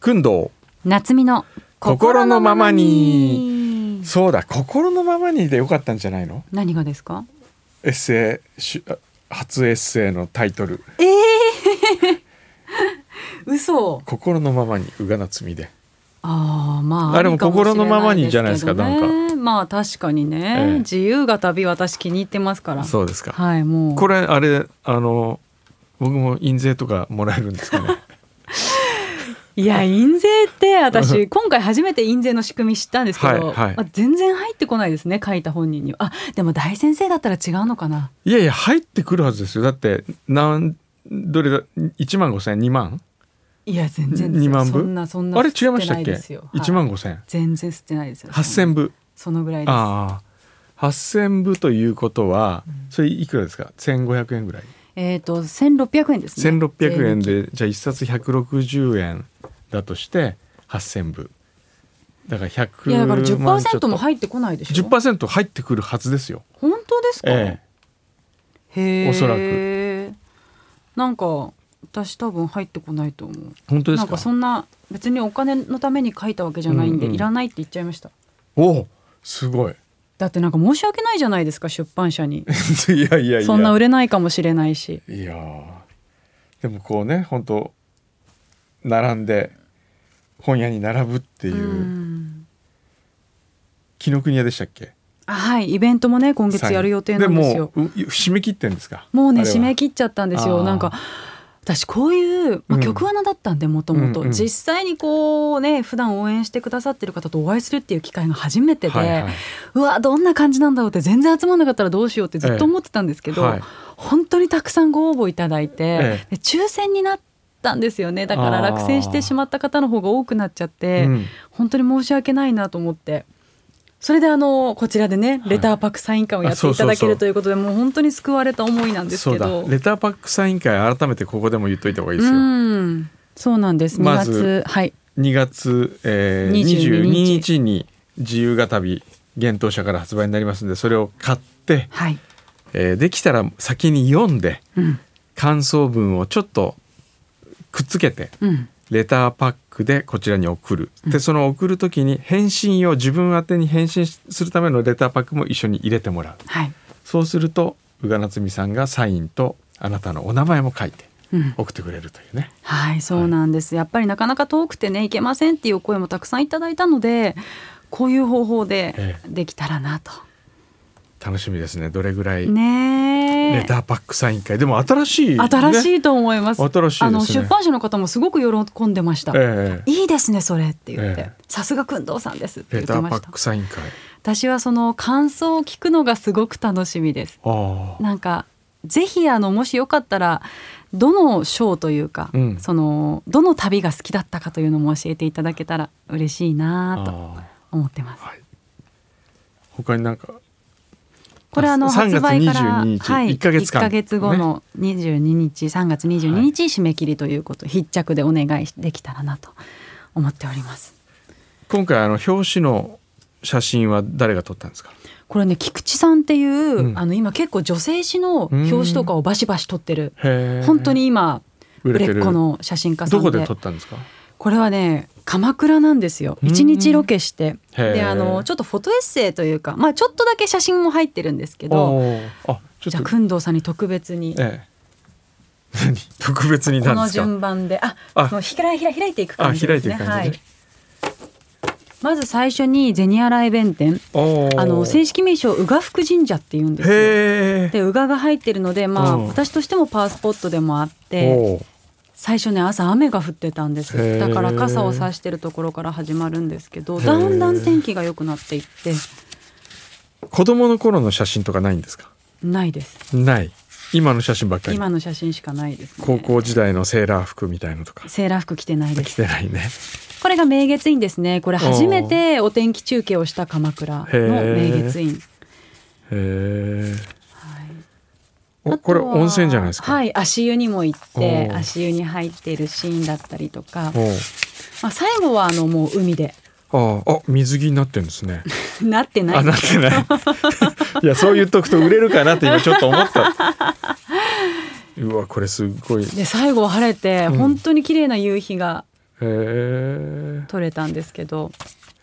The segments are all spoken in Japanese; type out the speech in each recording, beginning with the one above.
くんど夏美の心のままにそうだ心のままにでよかったんじゃないの何がですかエッセイしゅ初エッセイのタイトルええー、嘘心のままに宇賀なつみでああまああれもありかしれ心のままにじゃないですかけどねなまあ確かにね、ええ自由が旅私気に入ってますからそうですかはいもうこれあれあの僕も印税とかもらえるんですか ねいや印税って私今回初めて印税の仕組み知ったんですけど、はいはいまあ全然入ってこないですね書いた本人にはあでも大先生だったら違うのかないやいや入ってくるはずですよだってなんどれだ1万5千2万いや全然です二よ万部そんなそんなあれ違いましたっ吸てないけですよはい1万5千全然吸ってないですよ8千部そのぐらいですああ8,000部ということはそれいくらですか1,500円ぐらいえっ、と1600円ですね1,600円税でじゃあ1冊160円だとして8,000部だから100抜きいやだから万ちょっと10%も入ってこないでしょ10%入ってくるはずですよ、本当ですか、えへえおそらなんか私多分入ってこないと思うえ、本当でなすんかかそんな別にお金のために書いたわけじゃないんで、うんうんいらないって言っちゃいましたおおすごい だってなんか申し訳ないじゃないですか出版社にいやいやいやそんな売れないかもしれないしいやーでもこうね本当並んで本屋に並ぶっていうう、ん紀ノ国屋でしたっけあはいイベントもね今月やる予定なんですよでもうう締め切ってんですかもうねあれは締め切っちゃったんですあよーなんか私こういう、うまあ、ん曲穴だったんでもともうとんうん実際にこうね普段応援してくださってる方とお会いするっていう機会が初めてで、はいはいうわどんな感じなんだろうって全然集まんなかったらどうしようってずっと思ってたんですけど、ええはい本当にたくさんご応募いただいて、えで抽選になったんですよねだからあー落選してしまった方の方が多くなっちゃって、うん本当に申し訳ないなと思って。それであのこちらでねいレターパックサイン会をやっていただけるということでもう本当に救われた思いなんですそうけだどレターパックサイン会改めてここでも言っといた方がいいですよ、うんそうなんです2ま月、ずはい2月、えー22 22日日に自由が旅幻冬舎から発売になりますんでそれを買って、はい、えーできたら先に読んでうん感想文をちょっとくっつけてうん、レターパックでこちらに送る、でその送る時に返信用自分宛てに返信するためのレターパックも一緒に入れてもらうはい、そうすると宇賀なつみさんがサインとあなたのお名前も書いてうん、送ってくれるというね。はい、そうなんです。やっぱりなかなか遠くてね、行けませんっていうお声もたくさんいただいたので。こういう方法でえできたらなと。楽しみですねどれぐらいねレえ。ターパックサイン会でも新しい、ね、新しいと思います。新しいですねあの出版社の方もすごく喜んでました。ええいいですねそれって言って、ええさすが工藤さんですって言レってターまパしッたクサイン会私はその感想を聞くのがすごく楽しみですああなんかぜひあのもしよかったらどの章というか、うんそのどの旅が好きだったかというのも教えていただけたら嬉しいなとあ思ってますあ。はい他になんかこれあの3月発売か22ら日はい、 1ヶ月間1ヶ月後の22日、3月22日締め切りということ、必着でお願いできたらなと思っております。今回あの表紙の写真は誰が撮ったんですかこれね菊池さんっていう、んあの今結構女性誌の表紙とかをバシバシ撮ってる、へえ本当に今売売れてれるっ子の写真家さどんこで撮ったんですかこれはね鎌倉なんですようん一日ロケしてへえであのちょっとフォトエッセイというか、まあ、ちょっとだけ写真も入ってるんですけどああちょっじゃあと工藤さんに特別にこええ何特別になんのですか順番でああもうひらひら開いていく感じですねあ開いていはい、まず最初に銭洗弁天おーあの正式名称宇賀福神社っていうんですよへえで宇賀が入ってるのでまあうん私としてもパワースポットでもあっておー最初ね朝雨が降ってたんですへーだから傘を差してるところから始まるんですけどへーだんだん天気が良くなっていって子供の頃の写真とかないんですかないですない今の写真ばっかり今の写真しかないですね高校時代のセーラー服みたいのとかセーラー服着てないで着すてないねこれが明月院ですねこれ初めてお天気中継をした鎌倉のへー明月院へえはいおあとはこれ温泉じゃないですか、はい足湯にも行っておー足湯に入っているシーンだったりとかお、まあ、最後はあのもう海であああ水着になってるんですねなって ないあなってない いやそう言っとくと売れるかなって今ちょっと思ったうわこれすっごいへで最後は晴れて、うん本当に綺麗な夕日がえ撮れたんですけど、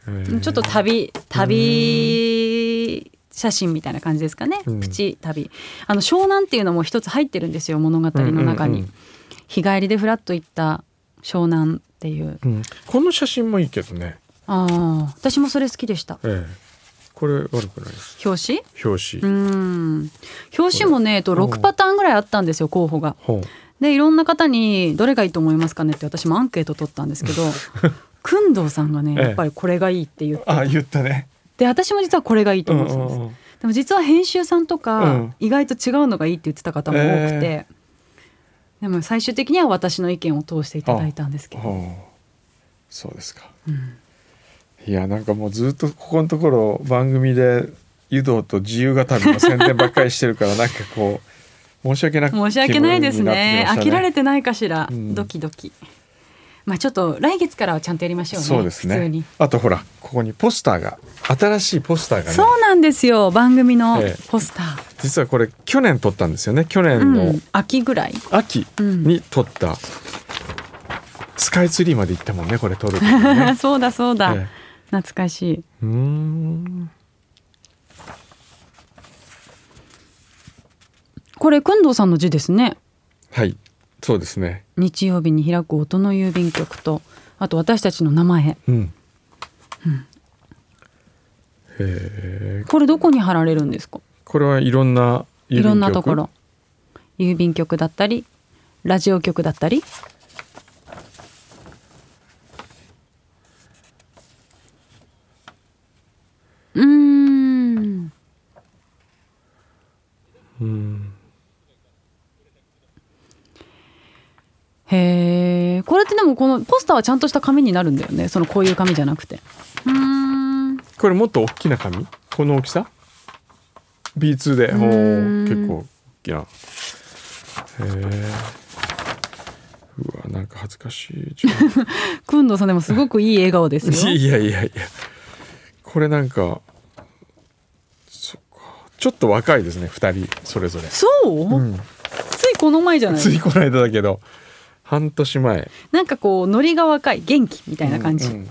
えーちょっと旅旅写真みたいな感じですかね、うんプチ旅あの湘南っていうのも一つ入ってるんですよ物語の中に、うんうんうん日帰りでフラッと行った湘南っていううんこの写真もいいけどね、ああ私もそれ好きでしたええこれ悪くないです表紙表う紙、ん表紙もね、えっと、6パターンぐらいあったんですよ候補が。ほうでいろんな方に「どれがいいと思いますかね?」って私もアンケート取ったんです けど工藤さんがねええやっぱりこれがいいって言って、あ言ったねで私も実はこれがいいとうん思うってたんです、んうんでも実は編集さんとうかん意外と違うのがいいって言ってた方も多くて、でも最終的には私の意見を通していただいたんですけど、ほうそうですかうんいやなんかもうずっとここのところ番組で湯道と自由が旅の宣伝ばっかりしてるからなんかこ う申し訳なく申し訳ないですね飽きられててないかしら、うんドキドキまあちょっと来月からはちゃんとやりましょうねそうです普通ねに。あとほらここにポスターが新しいポスターがねそうなんですよ番組のええポスター、実はこれ去年撮ったんですよね去う年のん、秋ぐらい秋に撮った、スカイツリーまで行ったもんねこれ撮る時にね そうだそうだ、え懐かしいえうーんこれ工藤さんの字ですねはいそうですね日曜日に開く音の郵便局とあと私たちの名前うん、ええこれどこに貼られるんですかこれはいろんな郵便局いろんなところ郵便局だったりラジオ局だったりうーんうんへえこれってでもこのポスターはちゃんとした紙になるんだよねそのこういう紙じゃなくてうーんこれもっと大きな紙この大きさ B2 でうもうーん結構大きなへえうわなんか恥ずかしい自分くんどうさんでもすごく いい笑顔です よいやいやいやこれなんかそっかちょっと若いですね二人それぞれ、そう、うん、ついこの前じゃないついこの間だけど半年前なんかこうノリが若い元気みたいな感じ、うんうん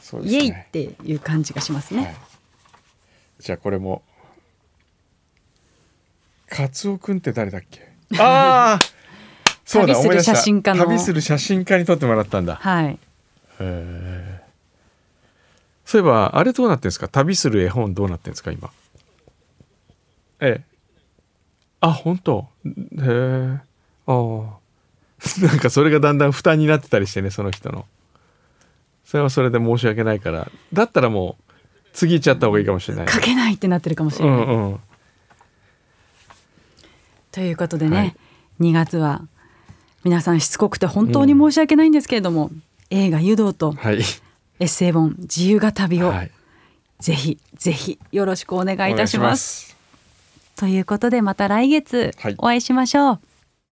そうですイねエイっていう感じがしますね、はい、じゃあこれもカツオくんって誰だっ けああそうだ旅する思い出した写真家の旅する写真家に撮ってもらったんだはい。へえそういえばあれどうなってんですか旅する絵本どうなってんですか今ええあ本当へえああ なんかそれがだんだん負担になってたりしてねその人のそれはそれで申し訳ないからだったらもう次行っちゃった方がいいかもしれない書けないってなってるかもしうれない。んうんということでね、はい2月は皆さんしつこくて本当に申し訳ないんですけれども、映画「湯道」とはいエッセイ本「自由が旅を」はいぜひぜひよろしくお願いいたしお願ます。すということでまた来月はいお会いしましょう。